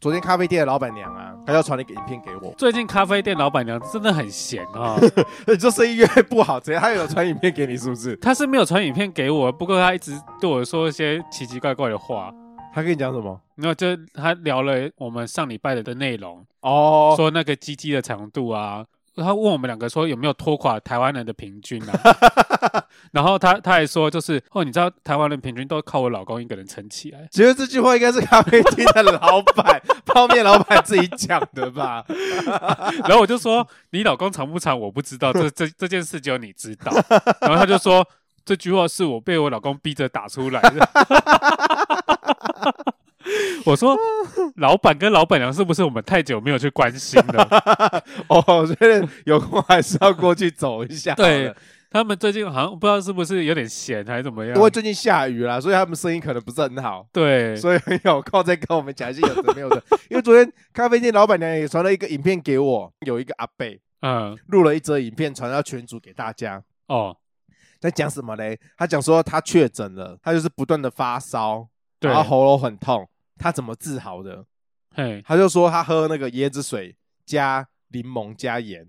昨天咖啡店的老板娘啊，她要传了一个影片给我， 最近咖啡店老板娘真的很闲啊，你说生意越来越不好，怎样？她有传影片给你是不是？她是没有传影片给我，不过她一直对我说一些奇奇怪怪的话。她跟你讲什么？然后就她聊了我们上礼拜的的内容，哦，说那个鸡鸡的长度啊，他问我们两个说有没有拖垮台湾人的平均啊，然后他他还说就是哦，你知道台湾人平均都靠我老公一个人撑起来，觉得这句话应该是咖啡厅的老板、 泡面老板自己讲的吧？ 然后我就说你老公长不长我不知道，这这这件事只有你知 道，然后他就说这句话是我被我老公逼着打出来的。 我说，老板跟老板娘是不是我们太久没有去关心 了？哦，所以有空还是要过去走一下。对，他们最近好像不知道是不是有点闲还是怎么样因。为最近下雨啦，所以他们生意可能不是很好，对，所以很有空再跟我们讲一些有的没有的。 因为昨天咖啡店老板娘也传了一个影片给我，有一个阿贝嗯，录了一则影片传到群组给大家，哦，在讲什么嘞？他讲说他确诊了，他就是不断的发烧，对然，后喉咙很痛，他怎么治好的？嘿，他就说他喝那个椰子水加柠檬加盐，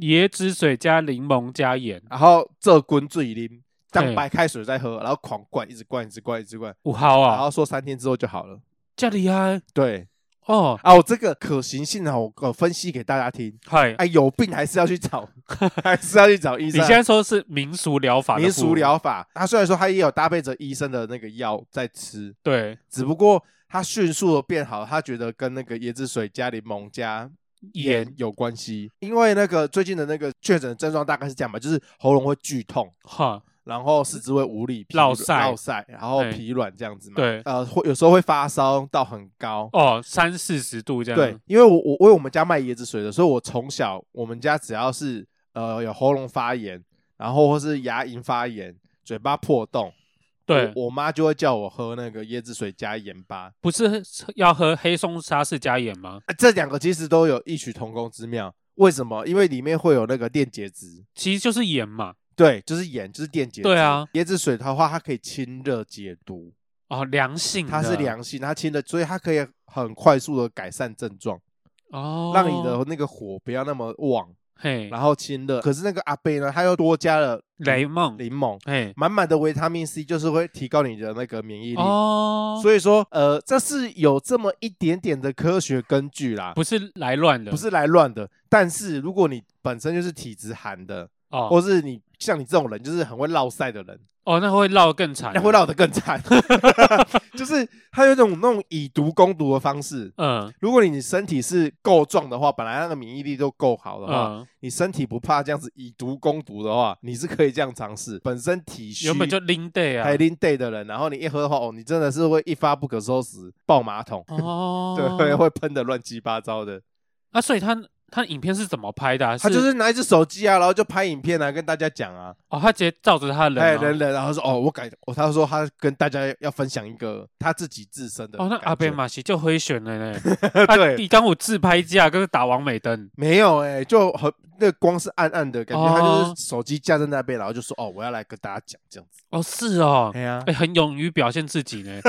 椰汁水加柠檬加盐，然后这滚醉啉，当嘿白开水再喝，然后狂灌，一直灌，一直灌，一直灌，五号然啊，后说三天之后就好了。这厉害对，哦，啊，我这个可行性啊，我我分析给大家听。嗨，哎，有病还是要去找， 还是要去找医你生。现在说是民俗疗法的民服务俗，疗法，他虽然说他也有搭配着医生的那个药在吃，对，只不过他迅速的变好，他觉得跟那个椰子水加柠檬加盐有关系，因为那个最近的那个确诊症状大概是这样吧，就是喉咙会剧痛，哈，然后四肢会无力、疲落软晒落晒，然后哎疲软这样子嘛。，对，呃，会有时候会发烧到很高。哦，啊三四十度这样，对，，因为我我因为我们家卖椰子水的，所以我从小我们家只要是呃有喉咙发炎，然后或是牙龈发炎、嘴巴破洞，对，我我妈就会叫我喝那个椰子水加盐巴、不是要喝黑松沙士加盐吗？呃这两个其实都有异曲同工之妙。为什么？因为里面会有那个电解质，其实就是盐嘛，对，就是盐，就是电解质。对啊，椰子水的话，它可以清热解毒，哦，凉性的，它是良性，它清热，所以它可以很快速的改善症状，哦，让你的那个火不要那么旺，嘿然后清热。可是那个阿贝呢，他又多加了雷梦，柠檬，嘿满满的维他命 C，就是会提高你的那个免疫力。哦，所以说，呃，这是有这么一点点的科学根据啦，不是来乱的，不是来乱的。但是如果你本身就是体质寒的，哦或是你像你这种人，就是很会落晒的人，哦，那会绕更惨，那会，闹得更惨， 就是他有一种那种以毒攻毒的方式。嗯如果你身体是够壮的话，本来那个免疫力就够好的话，嗯，你身体不怕这样子以毒攻毒的话，你是可以这样尝试。本身体虚原本就拎 day 啊还，拎 day 的人，然后你一喝的话，哦，你真的是会一发不可收拾，爆马桶，哦 ，对，会会喷的乱七八糟的。啊，所以他他影片是怎么拍的、啊？他就是拿一只手机啊，然后就拍影片啊，跟大家讲啊，哦，他直接照着他的哎，人、哦。人人，然后说哦，我改，哦，他说他跟大家要分享一个他自己自身的哦，那感阿贝觉， 马西就灰选了呢。啊对你刚我自拍架跟打王美灯，没有哎、就很那光是暗暗的感觉，他哦就是手机架在那边，然后就说哦，我要来跟大家讲这样子。哦，是哦，哎呀哎、，很勇于表现自己呢。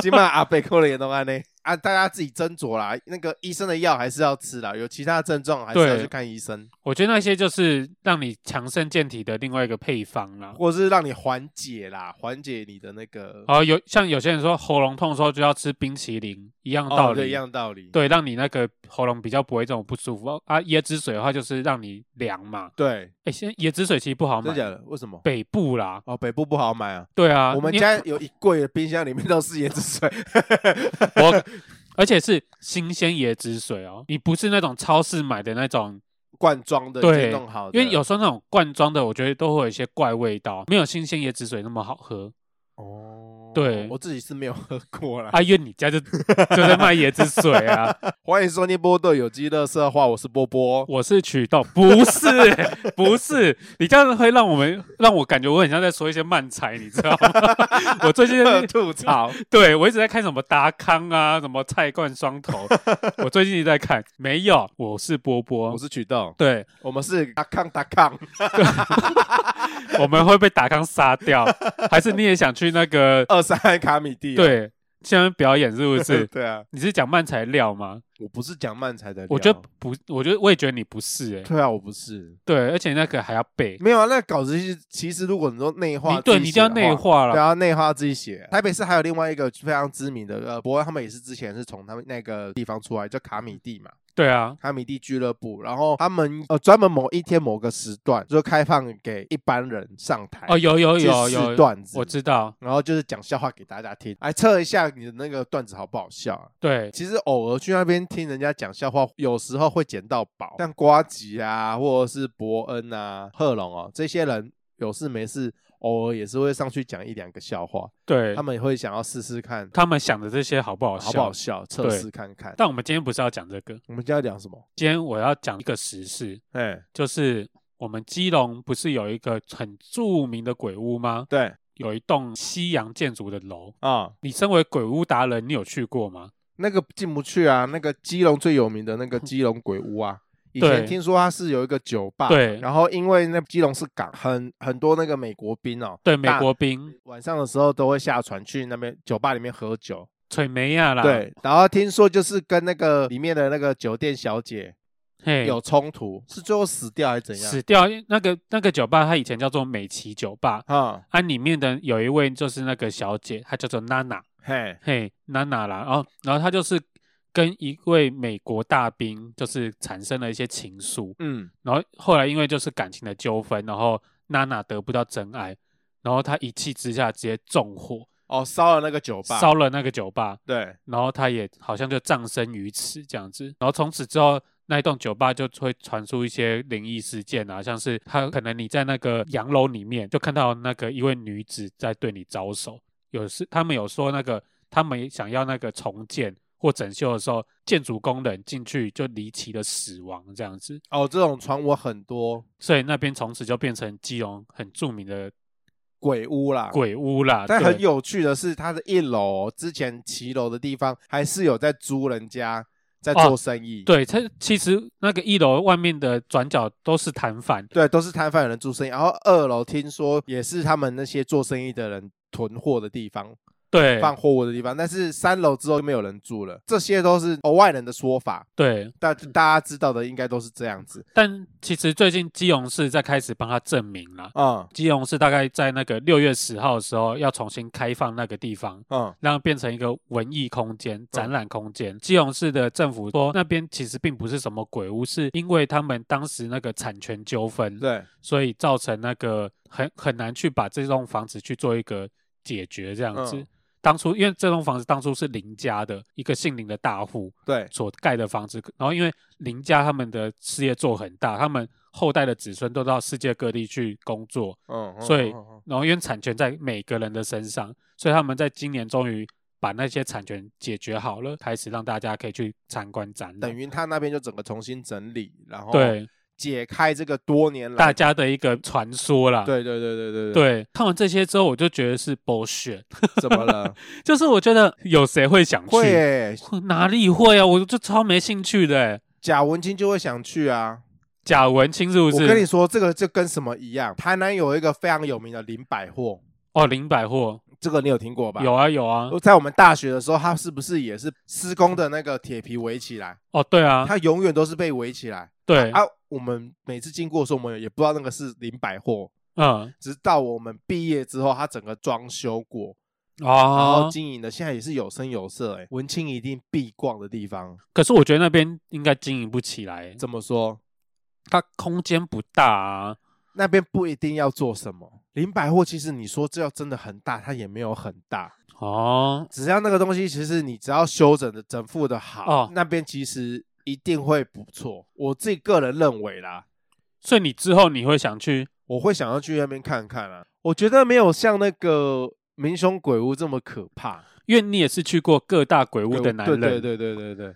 今晚阿贝扣了也都安呢啊，大家自己斟酌啦，那个医生的药还是要吃啦，有其他的症状还是要对去看医生，我觉得那些就是让你强身健体的另外一个配方啦。或者是让你缓解啦，缓解你的那个哦，有像有些人说喉咙痛的时候就要吃冰淇淋，一样道哦，理。对，一样道理。对，让你那个喉咙比较不会这种不舒服哦啊。椰汁水的话就是让你凉嘛。对，哎、现在椰汁水其实不好真的假买，的？为什么？北部啦。哦，北部不好买啊。对啊，我们你家有一柜的冰箱里面都是椰子水， 我而且是新鲜椰汁水哦，你不是那种超市买的那种，罐装的，对已经弄好的，因为有时候那种罐装的，我觉得都会有一些怪味道，没有新鲜椰汁水那么好喝。哦，对我自己是没有喝过啦。啊，因为你家就就在卖椰汁水啊，欢迎收听波豆有机乐色话，我是波波。我是渠道，不是不是，你这样会让我们让我感觉我很像在说一些漫才，你知道吗？ 我最近 特吐槽，对我一直在看什么达康啊，什么菜冠双头，我最近一直在看，没有，我是波波我，是曲豆，对，我们是达康达康，我们会被达康杀掉，还是你也想去那个？ 二三卡米蒂，，啊对，下面表演是不是？ 对啊，你是讲慢才料吗？我不是讲慢才的料，我觉得不，我觉得我也觉得你不是哎、对啊，我不是，对，而且那个还要背，没有啊。那稿子其实其实如果你说内化，你对你一定要内化。化对了，啊，内化自己写。台北市还有另外一个非常知名的，呃，不过他们也是之前是从他们那个地方出来，叫卡米蒂嘛，对啊，卡米蒂俱乐部。然后他们呃专门某一天某个时段就开放给一般人上台哦，有有去有试有，段子，我知道，然后就是讲笑话给大家听，来测一下你的那个段子好不好笑啊。对，其实偶尔去那边听人家讲笑话，有时候会捡到宝，像瓜吉啊，或者是伯恩啊、贺龙哦，这些人有事没事，偶尔也是会上去讲一两个笑话，对他，们也会想要试试看他们想的这些好不好笑？好不好笑，测对试看看。但我们今天不是要讲这个，我们今天要讲什么？今天我要讲一个时事，哎，就是我们基隆不是有一个很著名的鬼屋吗？对有一栋西洋建筑的楼，啊、你身为鬼屋达人，你有去过吗？那个进不去啊，那个基隆最有名的那 个基隆鬼屋啊。以前对听说它是有一个酒吧，对然后因为那基隆是港，很很多那个美国兵哦，对，美大国兵晚上的时候都会下船去那边酒吧里面喝酒，吹梅亚啦，，对，然后听说就是跟那个里面的那个酒店小姐嘿，有冲突，是最后死掉还是怎样？死掉那个那个酒吧，它以前叫做美琪酒吧，啊，它、里面的有一位就是那个小姐，她叫做娜娜，嘿，嘿，娜娜啦，然后然后她就是跟一位美国大兵就是产生了一些情愫，嗯，然后后来因为就是感情的纠纷，然后娜娜得不到真爱，然后她一气之下直接纵火哦，烧了那个酒吧，烧了那个酒吧，对，然后她也好像就葬身于此这样子。然后从此之后，那一栋酒吧就会传出一些灵异事件啊，像是她可能你在那个洋楼里面就看到那个一位女子在对你招手，有是他们有说那个他们想要那个重建。或整修的时候，建筑工人进去就离奇的死亡这样子，哦，这种传闻很多，所以那边从此就变成基隆很著名的鬼屋啦，鬼屋啦。但对很有趣的是，它的一楼哦之前骑楼的地方还是有在租人家在哦做生意，对，它其实那个一楼外面的转角都是摊贩，对，都是摊贩有人做生意。然后二楼听说也是他们那些做生意的人囤货的地方，对放货物的地方。但是三楼之后就没有人住了，这些都是哦外人的说法，对。大大家知道的应该都是这样子。但其实最近基隆市在开始帮他证明了。嗯基隆市大概在那个六月十号的时候要重新开放那个地方，嗯，让它变成一个文艺空间、展览空间。基隆市的政府说，那边其实并不是什么鬼屋，是因为他们当时那个产权纠纷，对，所以造成那个很很难去把这栋房子去做一个解决这样子。嗯当初因为这栋房子当初是林家的一个姓林的大户对，所盖的房子，然后因为林家他们的事业做很大，他们后代的子孙都到世界各地去工作，嗯，嗯所以嗯嗯然后因为产权在每个人的身上，所以他们在今年终于把那些产权解决好了，开始让大家可以去参观展览。等于哦他那边就整个重新整理，然后对解开这个多年大来，家的一个传说啦。对对对对对，对，看完这些之后，我就觉得是 bullshit， 怎么了？就是我觉得有谁会想去？会耶，哪里会啊？我就超没兴趣的欸。贾文清就会想去啊。贾文清是不我跟你是？说，这个就跟什么一样，台南有一个非常有名的林百货，哦，林百货这个你有听过吧？有。啊有啊。在我们大学的时候，它是不是也是施工的那个铁皮围起来？哦，对啊，它永远都是被围起来对，啊！我们每次经过的时候，我们也不知道那个是林百货，嗯，直到我们毕业之后，它整个装修过，然后哦。经营的现在也是有声有色、欸。文青一定必逛的地方，可是我觉得那边应该经营不起来，怎么说？它空间不大啊。那边不一定要做什么。林百货其实你说这要真的很大，它也没有很大，哦，只要那个东西，其实你只要修整的整复的好，哦那边其实一定会不错。我自己个人认为啦，所以你之后你会想去？我会想要去那边看看啊。我觉得没有像那个民雄鬼屋这么可怕。因为你也是去过各大鬼屋的男人，对对对对对对，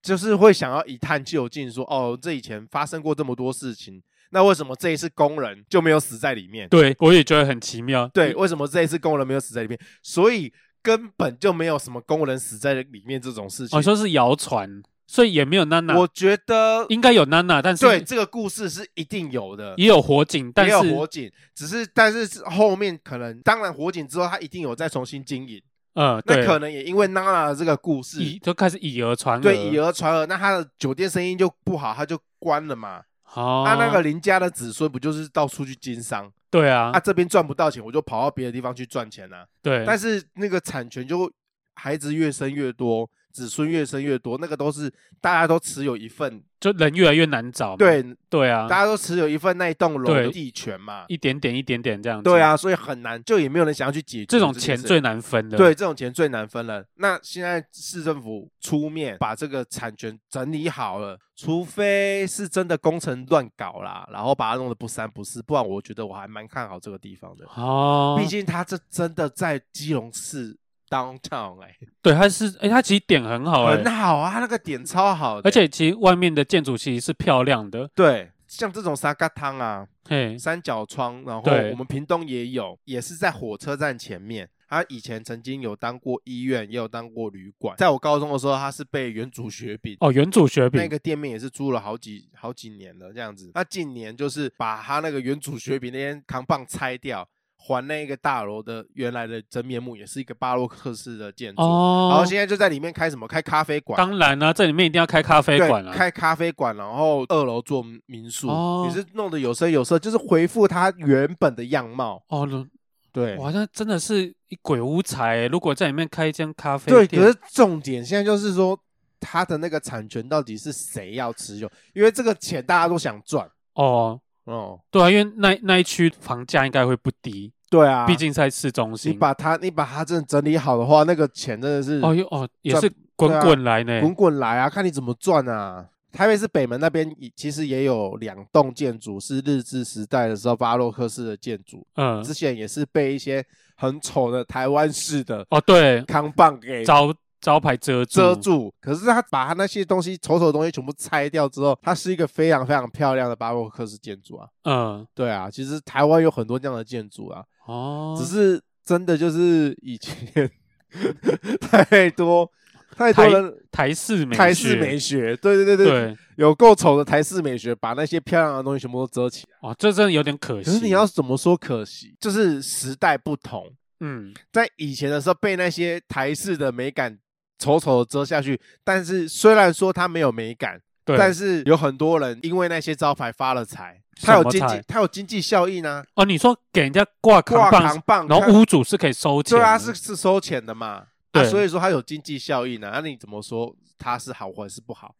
就是会想要一探究竟说哦，这以前发生过这么多事情，那为什么这一次工人就没有死在里面？对我也觉得很奇妙。哦对，为什么这一次工人没有死在里面？所以根本就没有什么工人死在里面这种事情。哦，说是谣传，所以也没有娜娜，我觉得应该有娜娜，但是对这个故事是一定有的，也有火警，但也有是火警，只是但是后面可能当然火警之后，他一定有再重新经营，嗯，那对，可能也因为娜娜的这个故事，以就呃开始以讹传讹，对以讹传讹，那他的酒店生意就不好，他就关了嘛。哦，他、啊那个林家的子孙不就是到处去经商？对啊，啊，这边赚不到钱，我就跑到别的地方去赚钱啊。对，但是那个产权就孩子越生越多，子孙越生越多，那个都是大家都持有一份，就人越来越难找嘛，对，对大啊，家都持有一份那一栋楼的对地权嘛。一点点一点点这样子，对，啊，所以很难，就也没有人想要去解决这种件钱事最难分的，对，这种钱最难分了。那现在市政府出面把这个产权整理好了，除非是真的工程乱搞啦，然后把它弄得不三不四，不然我觉得我还蛮看好这个地方的。哦，毕竟它这真的在基隆市 downtown 哎、对，它是哎，它其实点很好哎很，好啊，它那个点超好的，而且其实外面的建筑其实是漂亮的，对。像这种沙嘎汤啊，嘿，三角窗，然后对我们屏东也有，也是在火车站前面。他以前曾经有当过医院，也有当过旅馆。在我高中的时候，他是被原主雪饼哦，原主雪饼那个店面也是租了好几好几年了，这样子。那近年就是把他那个原主雪饼那间扛棒拆掉，还那个大楼的原来的真面目，也是一个巴洛克式的建筑。哦，然后现在就在里面开什么？开咖啡馆，当然啦、啊这里面一定要开咖啡对，馆啊，开咖啡馆，然后二楼做民宿，哦也是弄得有声有色，就是恢复它原本的样貌。哦，对，哇，那真的是一鬼屋财欸。如果在里面开一间咖啡对，店，可是重点现在就是说，它的那个产权到底是谁要持有？因为这个钱大家都想赚哦，哦。对啊，因为那那一区房价应该会不低，对啊，毕竟在市中你心。把它你把它真的整理好的话，那个钱真的是哦哟哦，也赚是滚对啊滚来呢。滚滚来啊，看你怎么赚啊。台北市北门那边也其实也有两栋建筑是日治时代的时候巴洛克式的建筑，嗯，之前也是被一些很丑的台湾式的哦对，康棒给招招牌遮住遮住。可是他把他那些东西丑丑的东西全部拆掉之后，它是一个非常非常漂亮的巴洛克式建筑啊。嗯，对啊，其实台湾有很多这样的建筑啊，哦，只是真的就是以前 太多太多人。台式美台式学美学，对对对对，对有够丑的台式美学，把那些漂亮的东西全部都遮起来。哦，这真的有点可惜。可是你要怎么说可惜？就是时代不同，嗯，在以前的时候被那些台式的美感丑丑的遮下去，但是虽然说它没有美感，对，但是有很多人因为那些招牌发了财，什它么有经济财，它有经济效益呢、哦，你说给人家挂挂扛棒扛，棒，然后它屋主是可以收钱对的，啊，是是收钱的嘛，啊，对所以说它有经济效益呢、那、你怎么说它是好或者是不好？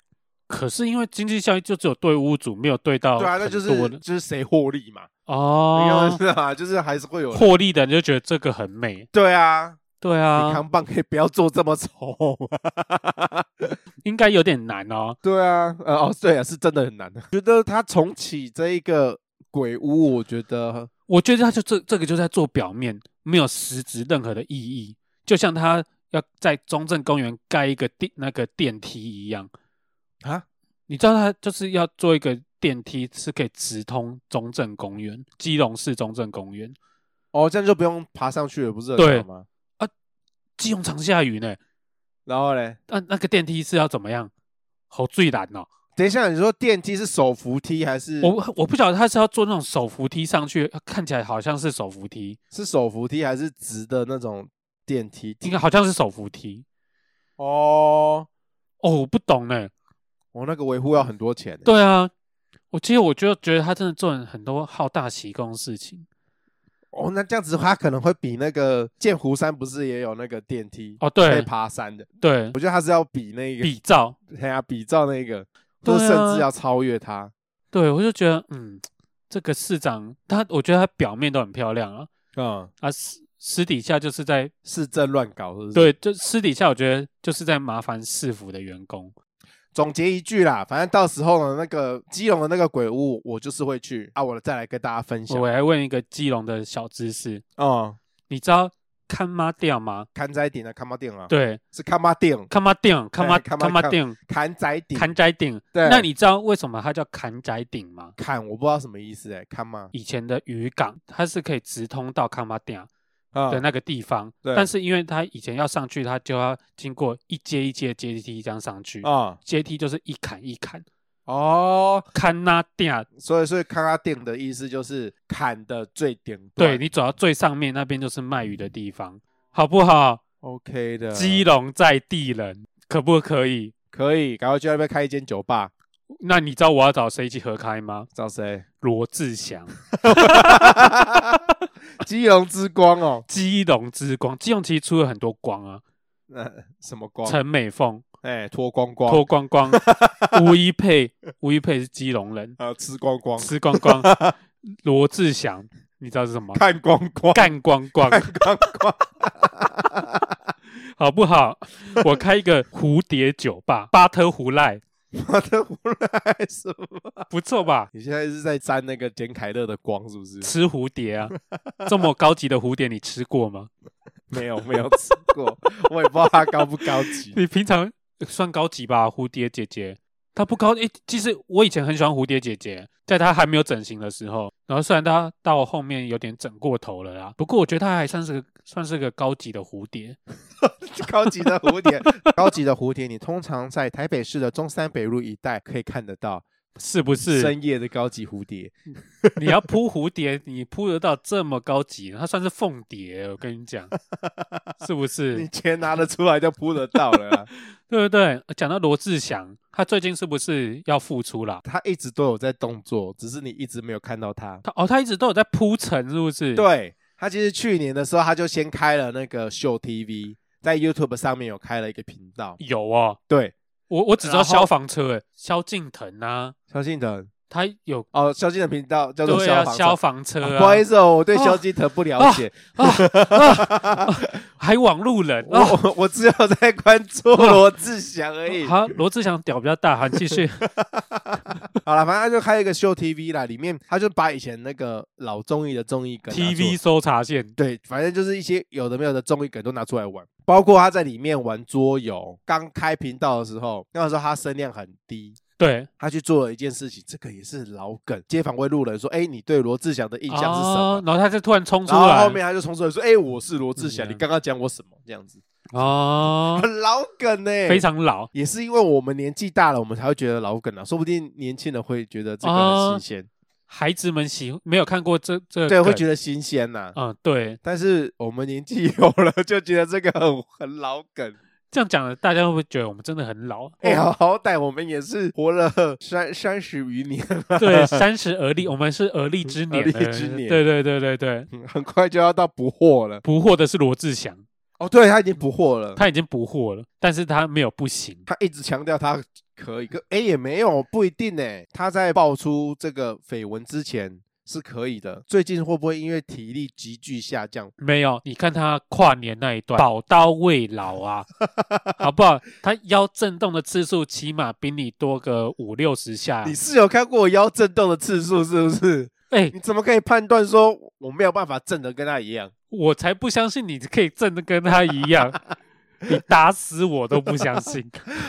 可是因为经济效益就只有对屋主，没有对到对啊，那就哦很多是的就是谁获利嘛，你哦懂，是吧？就是还是会有人获利的人就觉得这个很美。对啊，对你啊，扛棒可以不要做这么丑。应该有点难哦。对啊，呃哦，对啊，是真的很难的。觉得他重启这一个鬼屋，我觉得我觉得他就这这个就在做表面，没有实质任何的意义，就像他要在中正公园盖一个电那个电梯一样。啊，你知道他就是要做一个电梯是可以直通中正公园，基隆市中正公园。哦，这样就不用爬上去了，不是很对好吗？啊基隆常下雨呢，然后嘞，那、那个电梯是要怎么样？好最难哦。等一下，你说电梯是手扶梯还是我我不晓得他是要做那种手扶梯上去，看起来好像是手扶梯，是手扶梯还是直的那种电梯？应该好像是手扶梯。哦，哦，我不懂呢。我、那个维护要很多钱欸。对啊，我其实我就觉得他真的做了很多好大喜功的事情。哦，那这样子他可能会比那个剑湖山不是也有那个电梯哦，可以对爬山的？对我，觉得他是要比那个比照，哎呀，比照那个，对就啊甚至要超越它。对我就觉得，嗯，这个市长他，我觉得他表面都很漂亮啊，嗯，啊私私底下就是在市政乱搞是不是？，对，就私底下我觉得就是在麻烦市府的员工。总结一句啦，反正到时候呢，那个基隆的那个鬼屋，我就是会去啊，我再来跟大家分享。我来问一个基隆的小知识，嗯，你知道看妈店吗？看仔顶的看妈店啊，，对，是看妈店，看妈店，看妈哎看看妈妈店，砍仔顶，砍仔顶。对那你知道为什么它叫砍仔顶吗？砍，我不知道什么意思哎、看嘛，以前的渔港，它是可以直通到康巴店的嗯，那个地方，对但是因为它以前要上去，它就要经过一阶一阶的阶梯这样上去，啊、阶梯就是一坎一坎，哦，坎那店，所以所以看阿店的意思就是砍的最顶对端，你走到最上面那边就是卖鱼的地方，好不好？ OK 的，基隆在地人，可不可以？可以，赶快去那边开一间酒吧，那你知道我要找谁一起合开吗？找 谁？罗志祥，基隆之光哦，基隆之光。基隆其实出了很多光啊，那、呃什么光？陈美凤、哎，脱光光，脱光 光、吴一佩，吴一佩是基隆人，呃，吃光光，吃光光。罗志祥，你知道是什么？看光光， 干光光，看光 光，好不好？我开一个蝴蝶酒吧，巴特胡赖，我的胡来什么？不错吧？你现在是在沾那个简凯乐的光是不是？吃蝴蝶啊，这么高级的蝴蝶你吃过吗？ 没有，没有吃过， 我也不知道它高不高 级。你平常呃算高级吧，蝴蝶姐姐。她不高，诶、其实我以前很喜欢蝴蝶姐姐，在她还没有整形的时候，然后虽然她到后面有点整过头了啦，不过我觉得她还算是个算是个高级的蝴蝶。高级的蝴蝶， 高级的蝴蝶，你通常在台北市的中山北路一带可以看得到是不是？深夜的高级蝴蝶。你要扑蝴蝶，你扑得到这么高级？她算是凤蝶，我跟 你讲，是不你是？钱拿得出来就扑得到了啊 啦对不对？讲到罗志祥，他最近是不是要复出啦？他一直都有在动作，只是你一直没有看到他。他哦，他一直都有在铺陈，是不是？，对啊他其实去年的时候，他就先开了那个秀 TV，在 YouTube 上面有开了一个频道。有哦。对，我我只知道然后消防车，诶，萧敬腾啊，萧敬腾他有哦，萧敬腾频道叫做对消啊，防车、消防车啊啊，不好意思哦，我对啊萧敬腾不了啊解，啊，还网路人啊。我我只有在关注罗志祥而已。好，罗志祥屌比较大，好，你 继续。好了，反正他就开一个秀 TV 啦，里面他就把以前那个老综艺的综艺梗拿出 TV 搜查线，对，反正就是一些有的没有的综艺梗都拿出来玩，包括他在里面玩桌游。刚开频道的时候，那个时候他声量很低。对，他去做了一件事情，这个也是老梗。街访会路人说：“哎、你对罗志祥的印象是什么哦？”然后他就突然冲出然后来，后面他就冲出来说：“哎、我是罗志祥，嗯你刚刚讲我什么？”这样子， 哦，很老梗呢、非常老。也是因为我们年纪大了，我们才会觉得老梗啊，说不定年轻人会觉得这个哦很新鲜，孩子们喜没有看过这这，对，会觉得，得新鲜呐、嗯，对，但是我们年纪有了，就觉得这个很很老哦梗。这样讲的，大家会不会觉得我们真的很老？啊哎、好好歹我们也是活了三三十余年了，对，三十而立，我们是而立之年嗯而立了，之年对对对对对，很快就要到不惑了。不惑的是罗志祥，哦，对他已经不惑了，他已经不惑了，但是他没有不行。他一直强调他可以，可哎、也没有不一定呢、他在爆出这个绯闻之前是可以的，最近会不会因为体力急剧下降？没有，你看他跨年那一段，宝刀未老啊，好不好？他腰震动的次数起码比你多个五六十下。你是有看过我腰震动的次数是不是？哎、你怎么可以判断说我没有办法震得跟他一 样？我才不相信你可以震得跟他一样， 你打死我都不相信。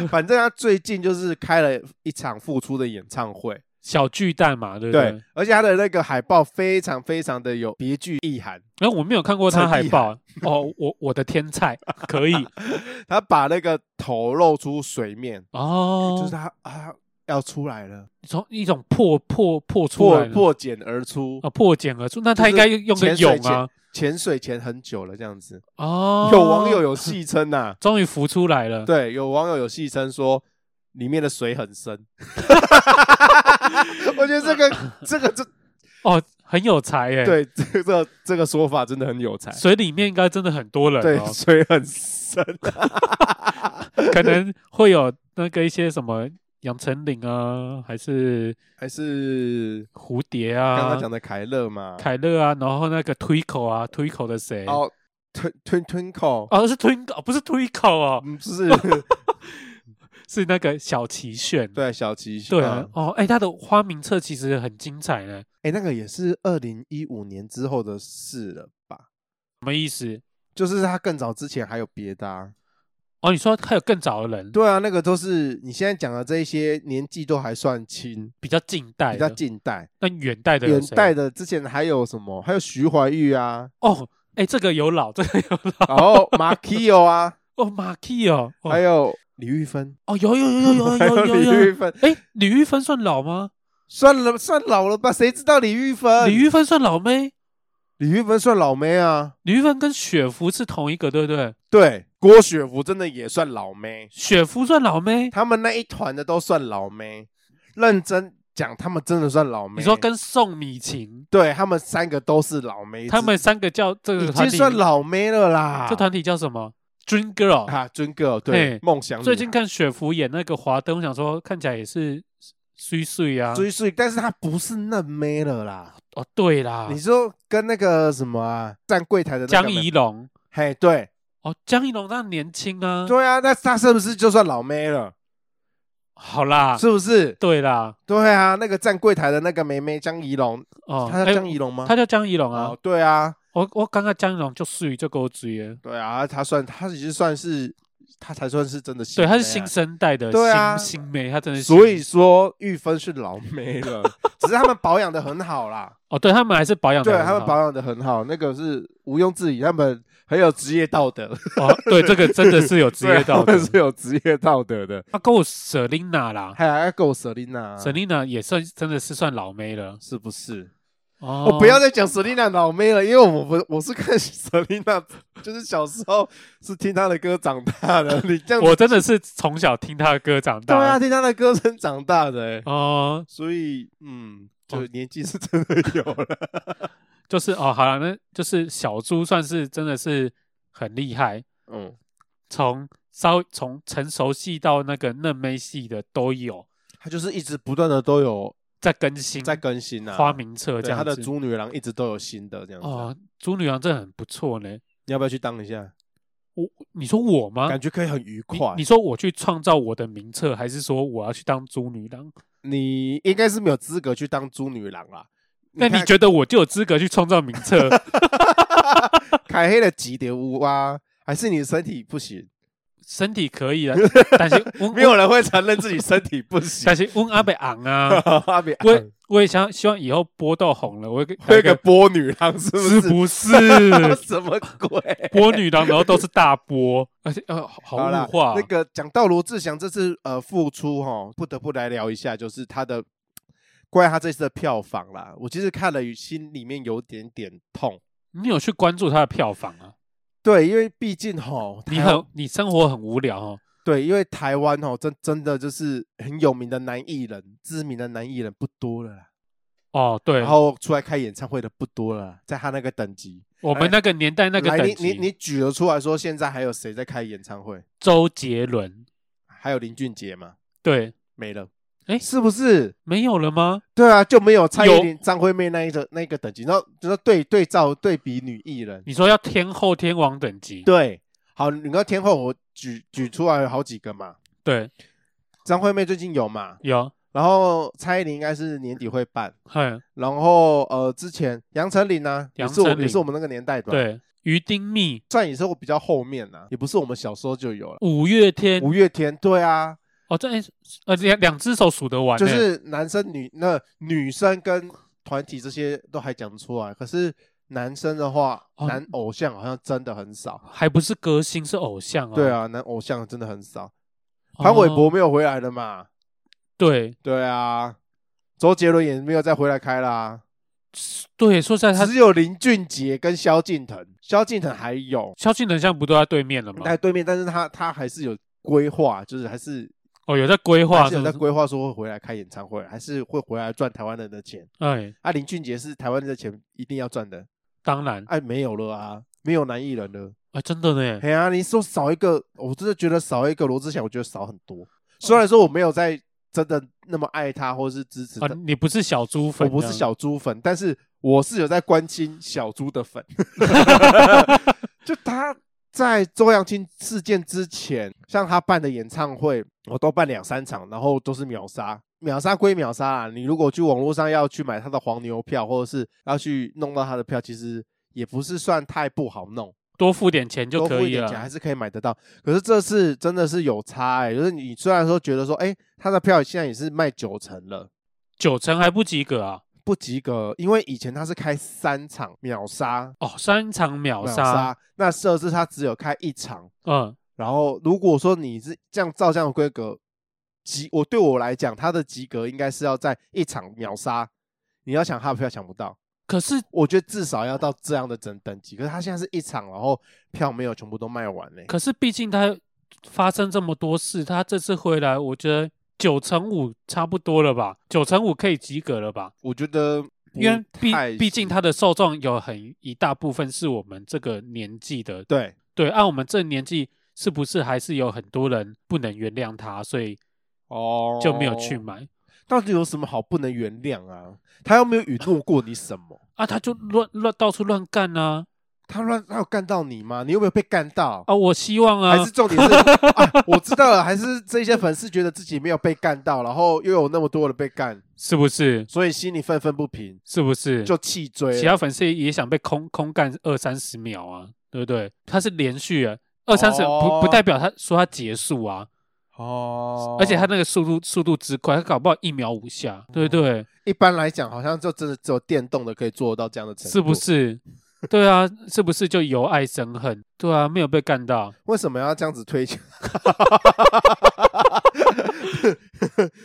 反正他最近就是开了一场复出的演唱会，小巨蛋嘛，对不对？对，而且他的那个海报非常非常的有别具意涵，然后哎我没有看过他陈海意报，哦，我我的天菜可以他把那个头露出水面，哦， 就是他啊要出来了，从一种破破破出破来了破茧而出，啊破茧而出，那就他是应该用个潜水泳啊，潜水潜很久了这样子。哦，有网友有戏称呐， 终于浮出来了，对，有网友有戏称说里面的水很深， 我觉得这个这 个这哦，很有才耶，，对这个这个说法真的很有才，水里面应该真的很多人对哦，水很深，可能会有那个一些什么杨丞琳啊，还是还是蝴蝶刚啊，刚讲的凯乐嘛，凯乐啊，然后那个推口啊，推口的谁？哦吞吞吞口，哦，是推口，不是推口哦，嗯，就是 是那个小齐炫。对小齐，对啊嗯，哦，哎，他的花名册其实很精彩呢。哎，那个也是二零一五年之后的事了吧？什么意思？就是他更早之前还有别的啊，哦，你说还有更早的人，对啊，那个都是你现在讲的这一些年纪都还算轻，比较近代比的，啊较近代，那远代的有远谁代的之前还有什么？还有徐怀钰啊，哦，哎，这个有老，这 个有老。然后 马 k o 啊，哦，马 k 哦，哦还有李玉芬，哦，有有有有有还有李有玉有。芬，哎，李玉芬算老吗？算了算老了吧，谁知道李玉芬？李玉芬算老妹？李玉芬算老妹啊，李玉芬跟雪芙是同一个，对不对？对，郭雪芙真的也算老妹，雪芙算老妹，他们那一团的都算老妹。认真讲，他们真的算老妹。你说跟宋米琴，对他们三个都是老妹，他们三个叫这已个团经体，算老妹了啦。这团体叫什么？Dream Girl。啊，尊 girl 对嘿梦想女孩最近看雪芙演那个华灯，我想说看起来也是碎碎啊。追碎，但是她不是嫩妹了啦。哦，对啦你，说跟那个什么啊，站柜台的那江个妹宜，龙。嘿，对哦，江宜龙当然年轻啊。对啊，那她是不是就算老妹了？好啦，是不是？对啦，对啊，那个站柜台的那个妹妹江怡龙，哦，她哎叫江怡龙吗？他叫江宜龙啊哦。，对啊，我我刚刚江宜龙就碎就给我追了。对啊，她算她已经算是她才算是真的新对，妹啊，他是新生代的，对啊新新妹，他真的是新。所以说玉芬是老妹 了，只是他们保养的很好啦，哦，对他们还是保养得对啊很他们好保养的很好，那个是毋庸置疑，他们很有职业道德，哦，对这个真的是有职业 对他道德们。啊是有职业道德的。他跟我 Selina 啦还有阿狗 Selina，啊，Selina 也算真的是算老妹了。是不是？哦，我不要再讲 Selina 老妹了，因为我不我是看 Selina，就是小时候是听她的歌长大 的，你这样子我真的是从小听他的歌长对啊，大。听她的歌声长大的、欸，哦，所以嗯，就哦年纪是真的有了。 就是哦，好了，那就是小猪算是真的是很厉害，嗯，从稍从成熟系到那个嫩妹系的都有她就是一直不断的都有在更新，在更新啊，花名册对这样她子。的猪女郎一直都有新的这样子啊、哦，猪女郎真的很不错呢。你要不要去当一下？我你说我吗？感觉可以很愉你快。啊你说我去创造我的名册，还是说我要去当猪女郎？你应该是没有资格去当猪女郎啦。那你看觉得我就有资格去创造名册？ 凯黑的几点五啊？还是你身体不行？身体可以啊，但是我 没有，人会承认自己身体不行 但。是温阿贝昂 啊，阿比我也我也想希望以后波豆红了，我会那有个波女郎是不是是？不是 什么鬼？波女郎，然后都是大波，而且呃好好好啦物化那个讲到罗志祥这次呃复出哈，不得不来聊一下，就是他的关于他这次的票房啦。我其实看了，心里面有点点痛。你有去关注它的票房啊？对，因为毕竟哈，你台很你生活很无聊哦，对，因为台湾哦，真真的就是很有名的男艺人，知名的男艺人不多了啦。哦对然，后出来开演唱会的不多了，在他那个等级，我们那个年代那个来等你你你级，举了出来说，现在还有谁在开演唱会？周杰伦还有林俊杰吗？对没了，诶是不是？没有了吗？对啊，就没有蔡依有林、张惠妹那一个那一个等级，然后就是对对照对比女艺人，你说要天后天王等级，对，好，你看天后，我举举出来有好几个嘛，对张惠妹最近有嘛，有，然后蔡依林应该是年底会办，哼然后呃之前杨丞琳呢，也杨是我丞也是琳我们那个年代的，，对，于丁密、算也是我比较后面啊啦，也不是我们小时候就有了。五月天，五月天，对啊，哦这诶呃两两只手数得完欸就呢，是男生女那女生跟团体这些都还讲得出来，可是男生的话，哦男偶像好像真的很少。还不是歌星是偶像啊，对，啊，男偶像真的很少。哦潘玮柏没有回来了嘛？对对啊，周杰伦也没有再回来开啦，对，说实在他只有林俊杰跟萧敬腾，萧敬腾还有萧敬腾现在不都在对面了吗？在对面，但是他他还是有规划，就是还是哦，有在规还划是是有不在是？规划说会回来开演唱会，还是会回来赚台湾人的钱。哎，啊，林俊杰是台湾人的钱一定要赚的，当然，哎，没有了啊，没有男艺人了。哎，真的呢，哎呀、你说少一个，我真的觉得少一个罗志祥，我觉得少很多。虽然说我没有在真的那么爱他，或是支持啊他，，你不是小猪粉我这样，不是小猪粉，但是我是有在关心小猪的 粉。就他在周扬青事件之前，像他办的演唱会，我都办两三场，然后都是秒杀。秒杀归秒杀啦，你如果去网络上要去买他的黄牛票，或者是要去弄到他的票，其实也不是算太不好弄。多付点钱就多可付一以啊点钱还了。是可以买得到。可是这次真的是有差哎、就是你虽然说觉得说，哎、他的票现在也是卖九成了，九成还不及格啊！不及格，因为以前他是开三场秒杀，哦，三场秒秒杀，杀，那设置他只有开一场。嗯，然后如果说你是这样照这样的规格，及我对我来讲，他的及格应该是要在一场秒杀。你要抢他的票抢不到，可是我觉得至少要到这样的等等级。可是他现在是一场，然后票没有全部都卖完嘞、可是毕竟他发生这么多事，他这次回来，我觉得九成五差不多了吧，九成五可以及格了吧？我觉得不因为毕太毕竟行他的受众有很一大部分是我们这个年纪的，对对，啊按我们这年纪，是不是还是有很多人不能原谅他，所以哦就没有去买、到底有什么好不能原谅啊？他又没有允诺过你什么？啊？他就乱乱到处乱干啊！他乱，他有干到你吗？你有没有被干到？啊，我希望啊还，是重点是啊，我知道了，还是这些粉丝觉得自己没有被干到，然后又有那么多人被干，是不是？所以心里愤愤不平，是不是？就气追其了。他粉丝也想被空空干二三十秒啊，对不对？他是连续啊，二三十不不哦代表他说他结束啊，哦而且他那个速度速度之快，他搞不好一秒五下，对不对？一般来讲，好像就真的只有电动的可以做到这样的程度，是不？是？对啊，是不是就由爱生恨？对啊，没有被干到，为什么要这样子推 荐？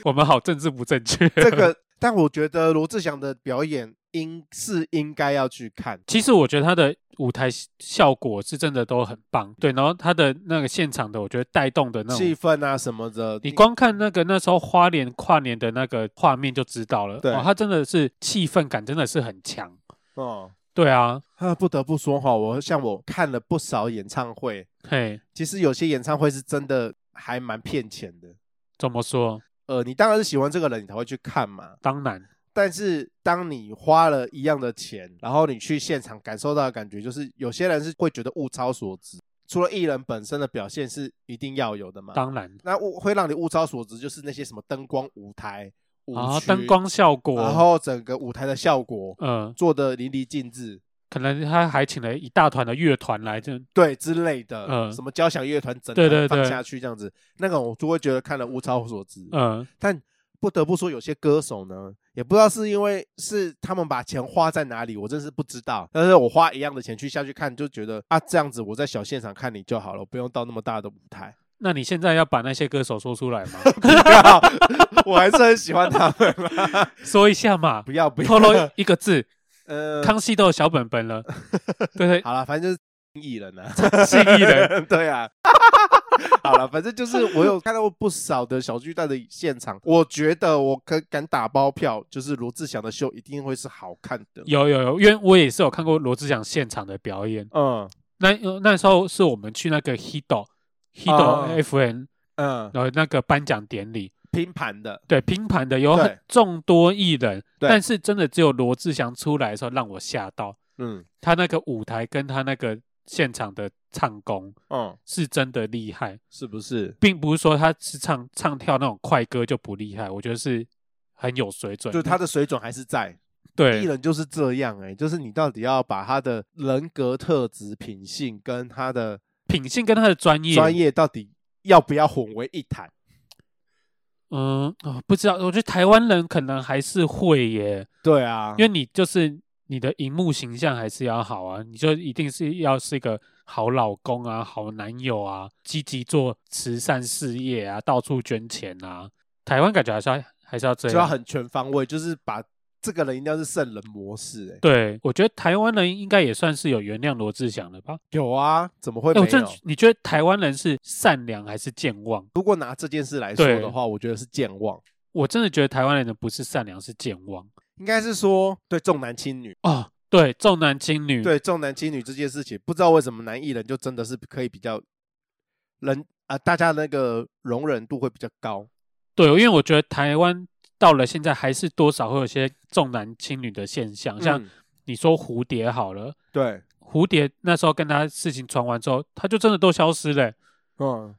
我们好政治不正确。这个，但我觉得罗志祥的表演应是应该要去看。 其实我觉得他的舞台效效果是真的都很棒，对，然后他的那个现场的，我觉得带动的那气种，氛啊什么的，你光看那个那时候花莲跨年的那个画面就知道了，对哦，他真的是气氛感真的是很强，哦对啊，啊，不得不说哈，我像我看了不少演唱会，嘿，其实有些演唱会是真的还蛮骗钱的。怎么说？呃，你当然是喜欢这个人，你才会去看嘛。当然，但是当你花了一样的钱，然后你去现场感受到的感觉，就是有些人是会觉得物超所值。除了艺人本身的表现是一定要有的嘛，当然那物会让你物超所值，就是那些什么灯光、舞台、舞啊，曲灯，光效果，然后整个舞台的效果呃，做的淋漓尽致，可能他还请了一大团的乐团来，就对之类的，嗯什么交响乐团整对对团放对下去这样子，那种我就会觉得看了物超所值。呃，但不得不说，有些歌手呢，也不知道是因为是他们把钱花在哪里，我真是不知道。但是我花一样的钱去下去看，就觉得啊，这样子我在小现场看你就好了，我不用到那么大的舞台。 那你现在要把那些歌手说出来吗？ 我还是很喜欢他们啦， 说一下嘛，不要不透露要，一个字，呃，康熙都有小本 本了，对对，好了，反正就是艺人啊， 是艺人，对啊。 好了，反正就是我有看到过不少的小巨蛋的现场，我觉得我可敢打包票，就是罗志祥的秀一定会是好看的。有有有，因为我也是有看过罗志祥现场的表演。嗯那呃那时候是我们去那个 Hido 哦 Hido FN 嗯，然后那个颁奖典礼，拼盘的，对拼盘的有对很众多艺人，对但是真的只有罗志祥出来的时候让我吓到，嗯他那个舞台跟他那个现场的唱功嗯，是真的厉害，是不是？并不是说他是唱唱跳那种快歌就不厉害，我觉得是很有水准的，就他的水准还是在，艺对人就是这样哎、就是你到底要把他的人格特质、品性跟他的品性跟他的专业专业到底要不要混为一谈？嗯、啊不知道，我觉得台湾人可能还是会耶，对啊，因为你就是你的荧幕形象还是要好啊，你就一定是要是一个好老公啊、好男友啊，积极做慈善事业啊，到处捐钱啊。台湾感觉还是要还是要这就要样。很全方位，就是把这个人一定要是圣人模式哎、对，啊我觉得台湾人应该也算是有原谅罗志祥了吧？有啊，怎么会哎，我没真有的？你觉得台湾人是善良还是健忘？如果拿这件事来说对的话，我觉得是健忘，我真的觉得台湾人不是善良，是健忘应该是说对重男轻女，哦， 对，重男轻女，对重男轻女这件事情，不知道为什么男艺人就真的是可以比较人啊、大家那个容忍度会比较高。对，因为我觉得台湾到了现在还是多少会有些重男轻女的现象，像嗯你说蝴蝶好了，对，蝴蝶那时候跟他事情传完之后，他就真的都消失了欸。嗯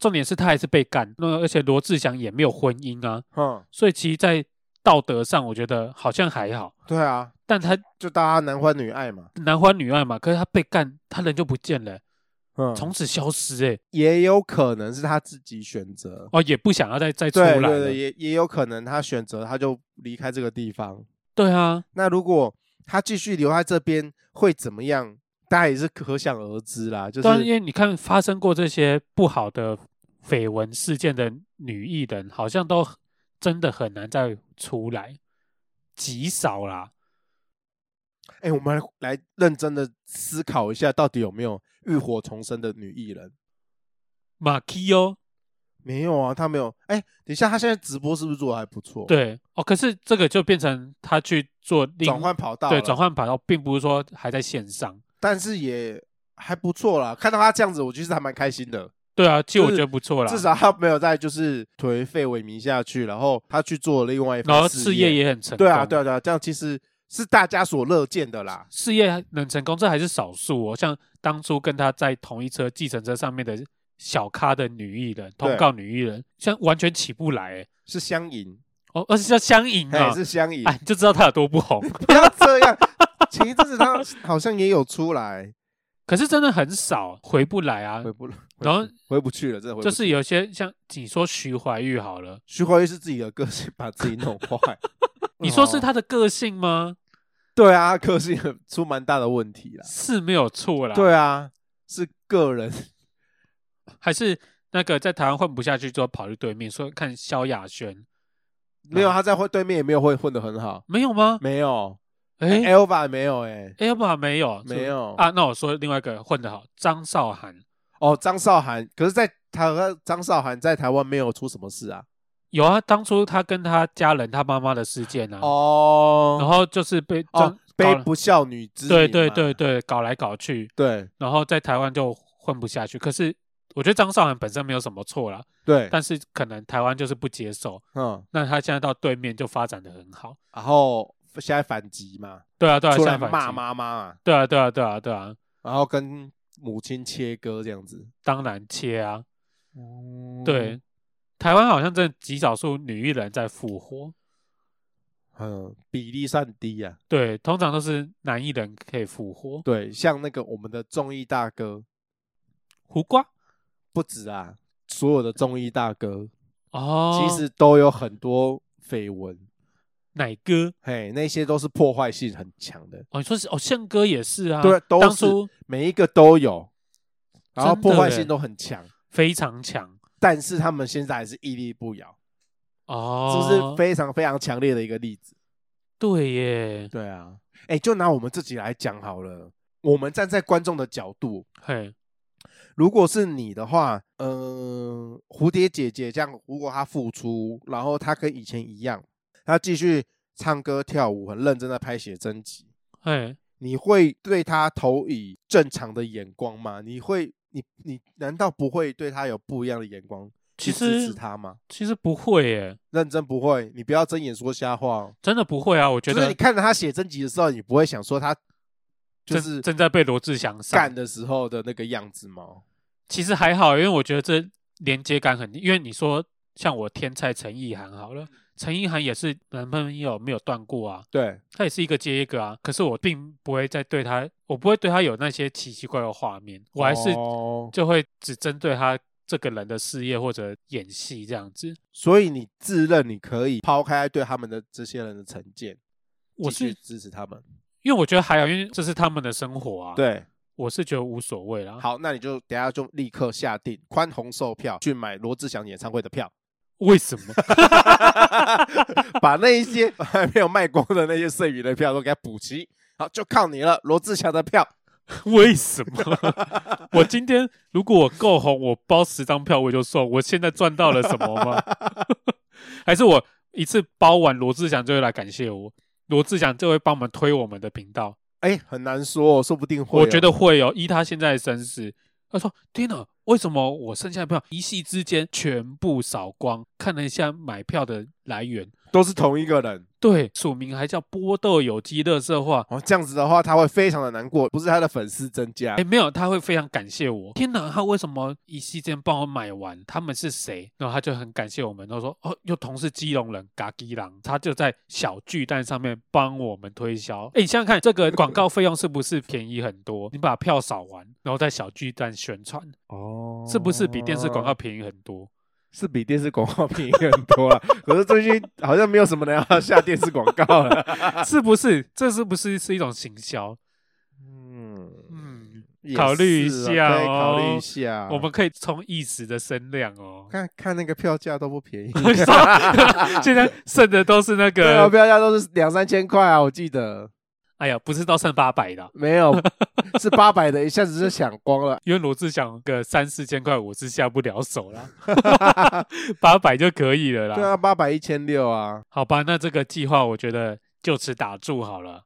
重点是他还是被干，那而且罗志祥也没有婚姻啊，嗯，所以其实，在道德上我觉得好像还好，对啊，但他就大家男欢女爱嘛。男欢女爱嘛，可是他被干，他人就不见了欸，嗯，从此消失哎，也有可能是他自己选择，哦，也不想要再再出来对对了对，，也也有可能他选择他就离开这个地方。对啊，那如果他继续留在这边会怎么样？大家也是可想而知啦。就对啊，因是为你看发生过这些不好的绯闻事件的女艺人，好像都真的很难再出来，极少啦。哎，我们来来认真的思考一下，到底有没有浴火重生的女艺人？马 k 哦，没有啊，她没有。哎，等一下，她现在直播是不是做的还不错？，对哦，可是这个就变成他去做另转换跑道，对转，换跑道，并不是说还在线上。但是也还不错啦。看到她这样子，我其实还蛮开心的。对啊，其实我就是觉得不错啦，至少她没有再就是颓废萎靡下去，然后她去做另外一然番后事业业也很成功。对啊，对啊，对啊，这样其实是大家所乐见的啦。事业能成功，这还是少数哦。像当初跟他在同一车计程车上面的小咖的女艺人，通告女艺人，像完全起不来欸是相迎，哦，而且叫相迎哎，啊，是相迎，哎，你就知道她有多 不红。不要这样。前一阵子他好像也有出 来，可是真的很少回不来啊回。不了，回然后回不去了，真的回不嗯就去。是有些像你说徐怀钰好了，徐怀钰是自己的个性把自己弄坏， 你说是哦她的个性吗？ 对啊，他个性很出蛮大的问题啦。是啊没有错啦。对啊，是个人，还是那个在台湾混不下去之后跑去对面说看萧亚轩， 没有他在混对面也没有混混的很好，没有吗？没有哎、欸， ，Elva 也没有哎，哎、不，没有，没有啊。那我说另外一个混得好，张韶涵哦，张韶涵，可是，在台湾张韶涵在台湾没有出什么事啊。有啊，当初他跟他家人、他妈妈的事件啊，哦，然后就是被哦张，非搞了不孝女之名对对嘛对对，搞来搞去，对然后在台湾就混不下去。可是我觉得张韶涵本身没有什么错啦，对，但是可能台湾就是不接受，嗯，那他现在到对面就发展的很好。然后现在反击嘛，对啊，对啊，出来相反骂击？妈妈嘛，对啊，对啊，对啊，对啊，然后跟母亲切割这样子。当然切啊。哦，对，台湾好像真的极少数女艺人在复活，嗯，比例算低啊。对，通常都是男艺人可以复活。对，像那个我们的综艺大哥，胡瓜不止啊，所有的综艺大哥哦，其实都有很多绯闻，奶哥嘿，那些都是破坏性很强的，哦，你说是哦，宪哥也是啊，对，都当是初每一个都有，然后真的破坏耶性都很强，非常强但是他们现在还是屹立不摇。哦，这是非常非常强烈的一个例子。对耶，对啊，哎、就拿我们自己来讲好了，我们站在观众的角度，嘿，如果是你的话，嗯，蝴蝶姐姐这样，如果她复出，然后她跟以前一样，她继续唱歌跳舞，很认真的拍写真集，嘿，你会对她投以正常的眼光吗？你会，你你难道不会对她有不一样的眼光去其支持实她吗？其实不会耶，认真不会，你不要睁眼说瞎话哦。真的不会啊，我觉就是得你看着他写真集的时候，你不会想说他就正是正在被罗志祥上干的时候的那个样子吗？其实还好，因为我觉得这连接感很，因为你说像我天才陈意涵好嗯了，陈意涵也是男朋友没有断过啊，对，他也是一个接一个啊，可是我并不会再对他，我不会对他有那些奇奇怪怪的画面，我还是哦就会只针对他这个人的事业或者演戏这样子。所以你自认你可以抛开对他们的这些人的成见，我继续是支持他们。因为我觉得还好，因为这是他们的生活啊，，对，我是觉得无所谓啦。，好，那你就等一下就立刻下定宽宏售票去买罗志祥演唱会的 票，为什么？把那一些还没有卖光的那些剩余的票都给他补齐。好，就靠你了，罗志祥的票。 为什么？ 我今天如果我够红，我包十张票我就送。我现在赚到了什么吗？ 还是我一次包完，罗志祥就会来感谢我，罗志祥就会帮我们推我们的频道。哎，很难说哦，说不定会哦。我觉得会哦，依他现在的身世，他说：“天哪，为什么我剩下的票一夕之间全部扫光？看了一下买票的来源，都是同一个人。对，署名还叫波豆有机乐色化。哦，这样子的话，他会非常的难过，不是他的粉丝增加哎，，没有，他会非常感谢我。天哪，他为什么一夕间帮我买完？他们是谁？然后他就很感谢我们，他说：“哦，又同是基隆人，嘎基郎，他就在小巨蛋上面帮我们推销。”哎，你想想看，这个广告费用是不是便宜很多？ 你把票扫完，然后在小巨蛋宣传，哦是不是比电视广告便宜很多？ 是比电视广告便宜很多啊？可是最近好像没有什么人要下电视广告了。 是不是？这是不是是一种行销？嗯嗯，也考虑一是啊下可以考虑哦一下。。我们可以冲一时的声量哦，看看那个票价都不便宜现在剩的都是 那 对啊，个票价都是两三千块啊，我记得。哎呀，不是到剩八百的啊、没有是八百的，一下子就抢光了。因为罗志祥个三四千块我是下不了手啦，八百就可以了啦。对啊，八百一千六啊，好吧，那这个计划我觉得就此打住好了。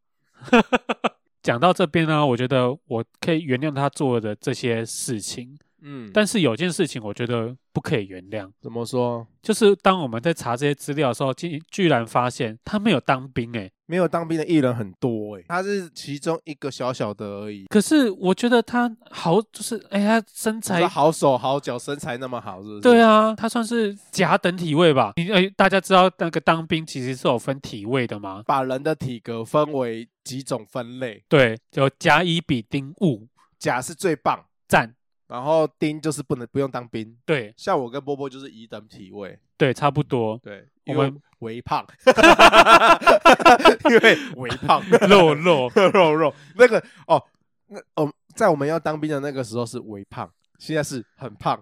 讲到这边呢，我觉得我可以原谅他做的这些事情，嗯，但是有件事情我觉得不可以原谅，怎么说？就是当我们在查这些资料的时候，竟居然发现他没有当兵诶、欸没有当兵的艺人很多哎、他是其中一个小小的而已。可是我觉得他好，就是哎、他身才材好手好脚，身材那么好，是不是？对，啊，他算是甲等体位吧？你哎，大家知道那个当兵其实是有分体位的吗？把人的体格分为几种分类，对，有甲乙丙丁戊甲是最棒，战，然后丁就是不能不用当兵。对像我跟波波就是乙等体位，。对，差不多 对，我因为们微 胖，因为微胖肉肉，肉肉那个哦，那哦，在我们要当兵的那个时候是微胖，现在是很胖，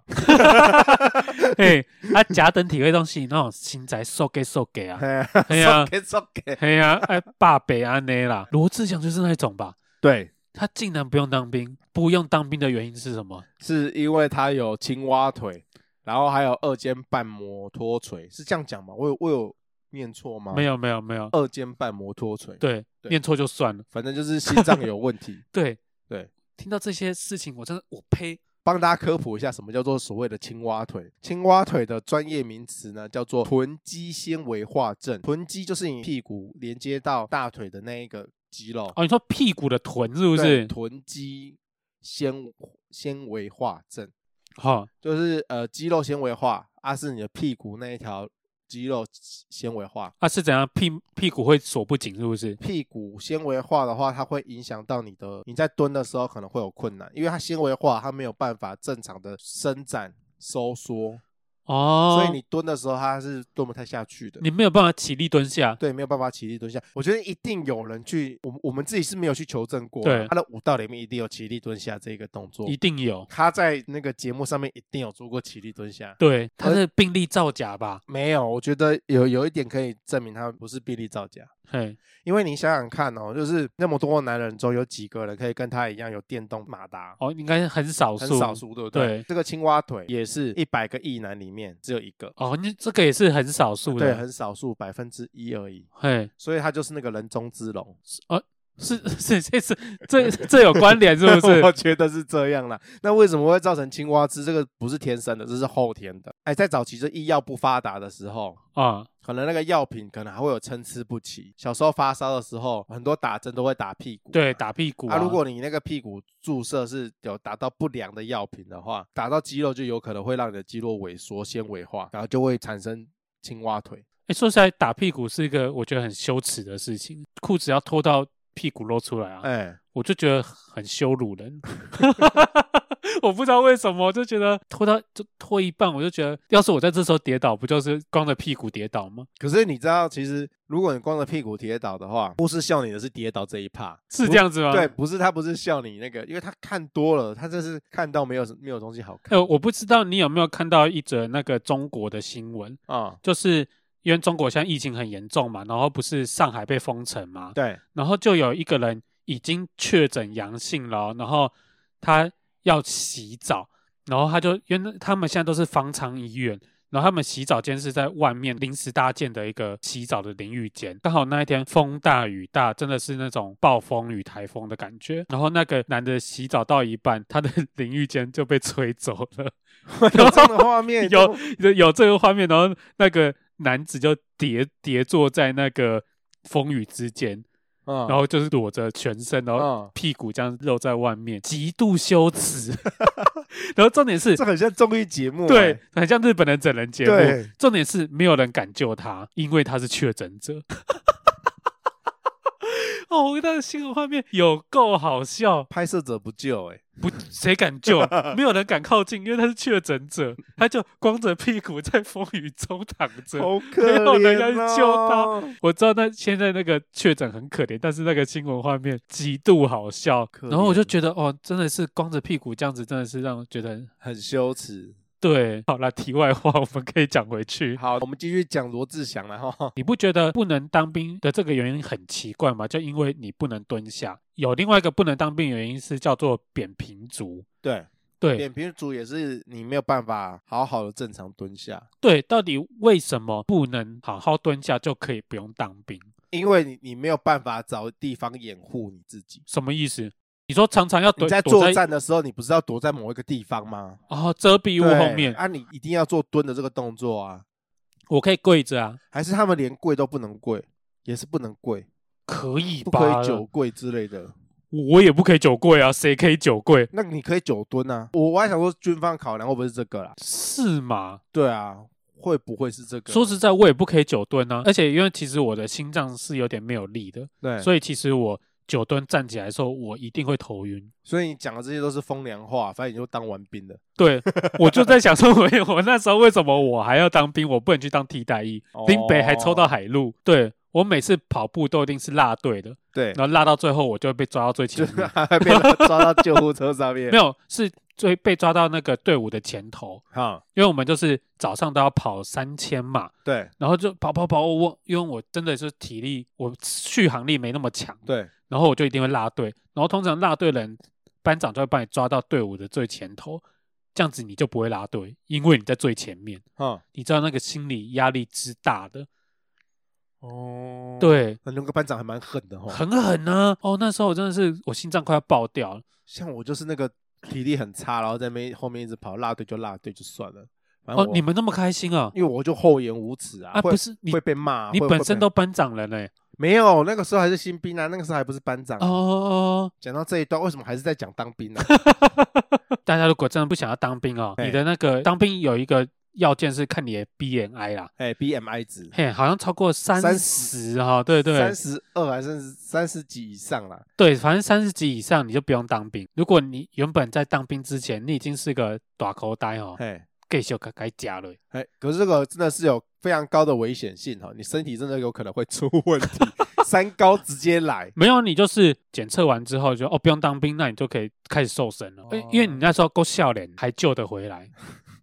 嘿，啊，甲等体位东西，那种心宅瘦给瘦给啊， 哎呀给送给，嘿呀、啊，哎，爸北安内啦，罗志祥就是那一种吧？对，他竟然不用当兵，不用当兵的原因是什么？是因为他有青蛙腿，然后还有二尖瓣摩托锤，是这样讲吗？我有我有念错吗？没，有没有没有，二尖瓣摩托锤，，对，哦对念错就算了，。反正就是心脏有问题对对，听到这些事情，我真的我呸。帮大家科普一下，什么叫做所谓的青蛙腿？青蛙腿的专业名词呢，叫做臀肌纤维化症。臀肌就是你屁股连接到大腿的那一个肌肉，哦，你说屁股的臀是不对是？臀肌纤纤维化症，好、就是呃肌肉纤维化，啊是你的屁股那一条肌肉纤维化。啊，是怎样屁屁股会锁不紧，是不是？屁股纤维化的话，它会影响到你的，你在蹲的时候可能会有困难，因为它纤维化，它没有办法正常的伸展收缩，哦，所以你蹲的时候它是蹲不太下去的。你没有办法起立蹲下，对，没有办法起立蹲下。我觉得一定有人去，我们我们自己是没有去求证过啊，对他的舞蹈里面一定有起立蹲下这个动作，一定有。他在那个节目上面一定有做过起立蹲下。对，他而的病例造假吧？没有，我觉得有有一点可以证明他不是病例造假，嘿，因为你想想看哦，就是那么多男人中有几个人可以跟他一样有电动马达，哦，应该是很少很数，少数，对不对？对这个青蛙腿也是一百个亿男里面只有一个，哦，你这个也是很少数对，的。很少数，百分之一而已，嘿，所以他就是那个人中之龙，是是是是，这这有关 联是不 是？我觉得是这样啦。那为什么会造成青蛙痣？这个不是天生的，这是后天的。哎，在早期就医药不发达的时候，啊、可能那个药品可能还会有参差不齐。小时候发烧的时候，很多打针都会打屁股嘛，对，打屁股啊。如果你那个屁股注射是有打到不良的药品的话，打到肌肉就有可能会让你的肌肉萎缩、纤维化，然后就会产生青蛙腿。哎，说起来，打屁股是一个我觉得很羞耻的事情，裤子要脱到屁股露出来啊，哎，我就觉得很羞辱人。 我不知道为什么，我就觉得脱到就脱一半，我就觉得，要是我在这时候跌倒，不就是光着屁股跌倒吗？可是你知道，其实如果你光着屁股跌倒的话，护士笑你的是跌倒这一趴，是不这。样子吗？对，，不是他不是笑你那个，因为他看多了，他这是看到没有没有东西好看 哎、我不知道你有没有看到一则那个中国的新闻，啊、就是因为中国现在疫情很严重嘛，然后不是上海被封城嘛， 对，然后就有一个人已经确诊阳性了哦，然后他要洗澡，然后他就因为他们现在都是方舱医院，然后他们洗澡间是在外面临时搭建的一个洗澡的淋浴间，刚好那一天风大雨大，真的是那种暴风雨台风的感觉。然后那个男的洗澡到一半，他的淋浴间就被吹走了， 有这样的画面，有有有这个画面，然后那个男子就跌跌坐在那个风雨之间。 嗯，然后就是裸着全身，然后 嗯屁股这样露在外面，极度羞耻。 然后重点是这，很像综艺节目、欸对，很像日本的整人节目。对重点是没有人敢救他，因为他是确诊者。 哦，那个新闻画面有够好笑，拍摄者不救、欸，不谁敢 救？没有人敢靠近，因为他是确诊者，他就光着屁股在风雨中躺着。好 没有可人怜要去救哦，我知道那现在那个确诊很可怜，但是那个新闻画面极度好笑，可然后我就怜觉得哦，真的是光着屁股这样子，真的是让我觉得很羞耻。对，好了，题外话，我们可以讲回去。好，我们继续讲罗志祥了哈。 你不觉得不能当兵的这个原因很奇怪吗？就因为你不能蹲下。有另外一个不能当兵的原因是叫做扁平足。对，对扁平足也是你没有办法好好的正常蹲下，对，到底为什么不能好好蹲下就可以不用当兵？因为你你没有办法找地方掩护你自己。什么意思？你说常常要你躲在躲作在战的时候，你不是要躲在某一个地方吗？哦遮蔽物对后面，啊，你一定要做蹲的这个动作啊，我可以跪着啊，还是他们连跪都不能跪，也是不能跪，可以不吧？可以久跪之类的。我也不可以久跪啊，谁可以久跪？那你可以久蹲啊。我我还想说，军方考量会不会是这个啦？是吗？对啊，会不会是这个？说实在，我也不可以久蹲啊，而且因为其实我的心脏是有点没有力的，对，所以所以其实我久蹲站起来的时候，我一定会头晕。所以你讲的这些都是风凉话，反正你就当完兵的。对，我就在想说我，我那时候为什么我还要当兵？我不能去当替代役哦，林北还抽到海陆。对我每次跑步都一定是落队的，对，然后落到最后我就会被抓到最就前是 面，还被他抓到救护车上面没。有是最被抓到那个队伍的前头，哈，因为我们就是早上都要跑三千嘛，对然后就跑跑跑，我因为我真的是体力我续航力没那么强，对，然后我就一定会落队，然后通常落队人班长就会帮你抓到队伍的最前头，这样子你就不会落队，因为你在最前面，哈，你知道那个心理压力之大的，哦，，对，那那个班长还蛮狠的 哈。很狠呢、哦，那时候我真的是我心脏快要爆掉了，像我就是那个体力很差，然后在那边后面一直跑，落队就落队就算了。反正哦，我你们那么开心啊？因为我就厚颜无耻啊，啊，会不是你会，被骂，你会本会身被都班长了呢、没有，那个时候还是新兵啊，那个时候还不是班长哦。哦讲到这一段，为什么还是在讲当兵 呢？哦，大家如果真的不想要当兵哦，哎你的那个当兵有一个要件是看你的 BMI 啦，哎，BMI 值嘿，好像超过三十哈，对对，三十二还是三十几以上啦。对，反正三十级以上你就不用当兵。如果你原本在当兵之前，你已经是个短口呆哦，哎给修该该加了。哎，可是这个真的是有非常高的危险性哈，你身体真的有可能会出问题， 三高直接来。没有，你就是检测完之后就哦不用当兵，那你就可以开始瘦身哦了。因因为你那时候够笑脸，还救得回 来，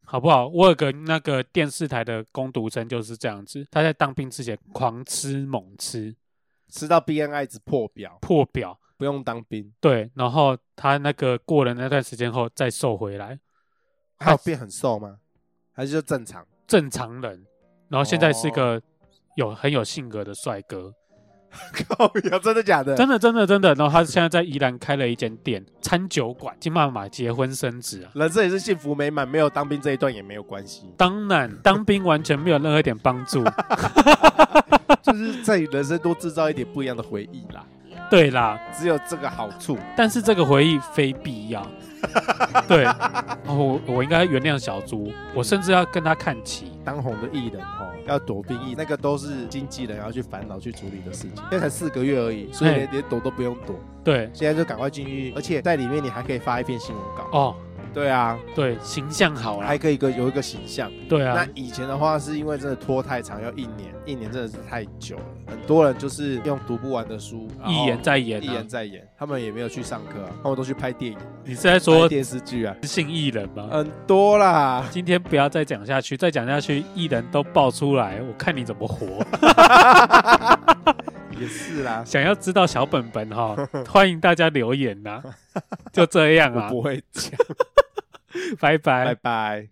好不好？我有个那个电视台的攻读生就是这样子，他在当兵之前狂吃猛吃吃到 BMI 值破表，破表，不用当兵，对，然后他那个过了那段时间后再瘦回来，还有变很瘦吗？还是就正常？正常人，然后现在是哦个有很有性格的帅哥。 靠呀，真的假的？真的真的真的。然后他现在在宜兰开了一间店，餐酒馆，金妈妈结婚生子啊。，人生也是幸福美满，没有当兵这一段也没有关系当然， 当兵完全没有任何一点帮助。就是在人生多制造一点不一样的回忆啦，对啦，只有这个好处。但是这个回忆非必要。对，哦，我我应该原谅小猪，我甚至要跟他看齐。当红的艺人哦，要躲兵役，那个都是经纪人要去烦恼去处理的事情。现在才四个月而已，所以嘿连连躲都不用躲，对，现在就赶快进去，而且在里面你还可以发一篇新闻稿。哦，对啊，对，形象好啦还。可以一个有一个形象。对那啊，以前的话，是因为真的拖太长，要一年，一年真的是太久了。很多人就是用读不完的书，然后一言再言哦一啊言。再演，他们也没有去上课啊、他们都去拍电影、你是在拍说电视剧啊，性艺人吗？很多啦。今天不要再讲下去，再讲下去，艺人都爆出来，我看你怎么活。也是啦，想要知道小本本 哈、欢迎大家留言呐、就这样我啊，不会讲。拜拜拜。拜。